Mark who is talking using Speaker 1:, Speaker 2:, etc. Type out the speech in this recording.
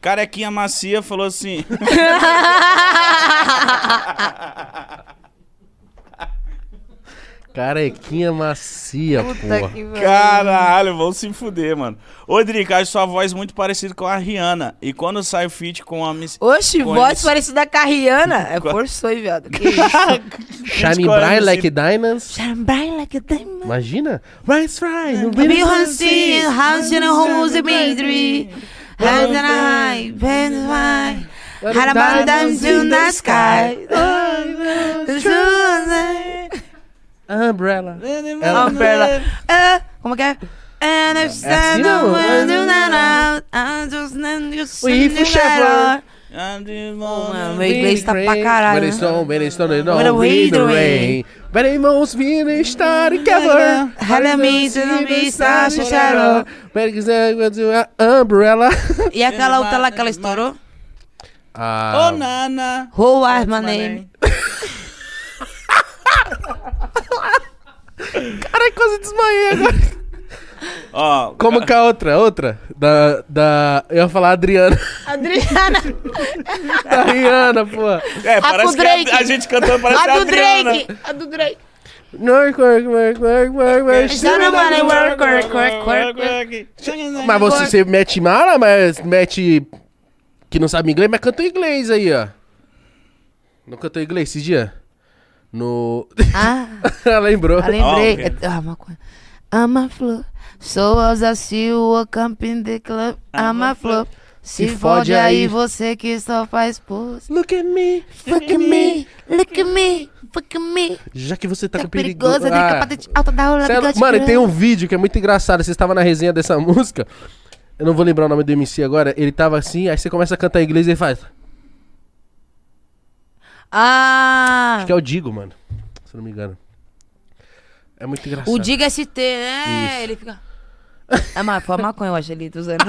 Speaker 1: Carequinha macia falou assim.
Speaker 2: Carequinha macia, porra.
Speaker 3: que pariu.
Speaker 1: Caralho, vão se fuder, mano. Rodrigo, acho sua voz muito parecida com a Rihanna. E quando sai o feat com a Miss.
Speaker 3: Oxi,
Speaker 1: com
Speaker 3: voz
Speaker 1: esse-
Speaker 3: parecida com a Rihanna. É forçou, hein, viado. Que isso?
Speaker 1: Escolhe
Speaker 2: Shine
Speaker 1: assim.
Speaker 2: bright
Speaker 1: esse-
Speaker 2: like diamonds.
Speaker 3: Shine bright like a diamond.
Speaker 2: Imagina. Rice fry. no
Speaker 3: Be
Speaker 2: winter
Speaker 3: on sea,
Speaker 2: sea.
Speaker 3: house in a home's a mystery. Hands in a high, hands in a high. Had a mountain to the sky. The sun-
Speaker 2: Umbrella.
Speaker 3: Oh,
Speaker 2: Ela-
Speaker 3: Umbrella. Ah, Como que é? And if
Speaker 2: É assim,
Speaker 3: sun
Speaker 2: não?
Speaker 3: went down out, I just know you should
Speaker 2: if
Speaker 3: know
Speaker 2: Chevron-
Speaker 3: Mano, meu inglês tá pra caralho.
Speaker 2: When it's
Speaker 3: né?
Speaker 2: snow, when it's snow, no,
Speaker 3: When
Speaker 2: with
Speaker 3: we
Speaker 2: the rain. But it must be the star together.
Speaker 3: Hello, me, to the be such a shadow.
Speaker 2: But it's a umbrella.
Speaker 3: E aquela outra lá que ela estourou?
Speaker 2: Ah,
Speaker 1: Oh, Nana.
Speaker 3: Who was my name?
Speaker 2: Caralho, quase desmaiei agora.
Speaker 1: Ó,
Speaker 2: Como que é a outra? Outra? Da. da eu ia falar Adriana.
Speaker 3: Adriana.
Speaker 2: da Rihanna, pô.
Speaker 1: É, parece
Speaker 3: do
Speaker 1: que a-
Speaker 3: Drake.
Speaker 1: a, gente cantando parece
Speaker 3: A
Speaker 1: é a
Speaker 3: do
Speaker 1: Adriana.
Speaker 3: Drake. A do Drake.
Speaker 2: Work, work, work, work, work, work.
Speaker 3: It's not a money, work, work, work, work, work.
Speaker 2: Mas você, você mete mala, mas mete. Que não sabe inglês, mas canta em inglês aí, ó. Não cantou em inglês esse dia? No.
Speaker 3: Ah.
Speaker 2: Ela lembrou.
Speaker 3: I lembrei.
Speaker 1: Oh, okay.
Speaker 3: É- Ah, uma coisa. I'm a flor. So as I see you walk up in the club. I'm a flor. Se
Speaker 2: Se
Speaker 3: fode
Speaker 2: fode
Speaker 3: aí
Speaker 2: aí.
Speaker 3: você que só faz pose.
Speaker 2: Look at me,
Speaker 3: Fuck me, look at me, fuck me.
Speaker 2: Já que você tá
Speaker 3: Tá
Speaker 2: com perigoso.
Speaker 3: perigosa, fica patente alta da rola,
Speaker 2: Cê é lou-
Speaker 3: bigode
Speaker 2: Mano,
Speaker 3: grande.
Speaker 2: tem um vídeo que é muito engraçado. Você estava na resenha dessa música. Eu não vou lembrar o nome do MC agora. Ele tava assim, aí você começa a cantar em inglês e ele faz.
Speaker 3: Ah,
Speaker 2: Que é o Digo, mano. Se eu não me engano. É muito engraçado.
Speaker 3: o Diga ST, né? Ah,
Speaker 2: Isso.
Speaker 3: Ele fica. É, mas foi a maconha, eu acho, ele tá usando.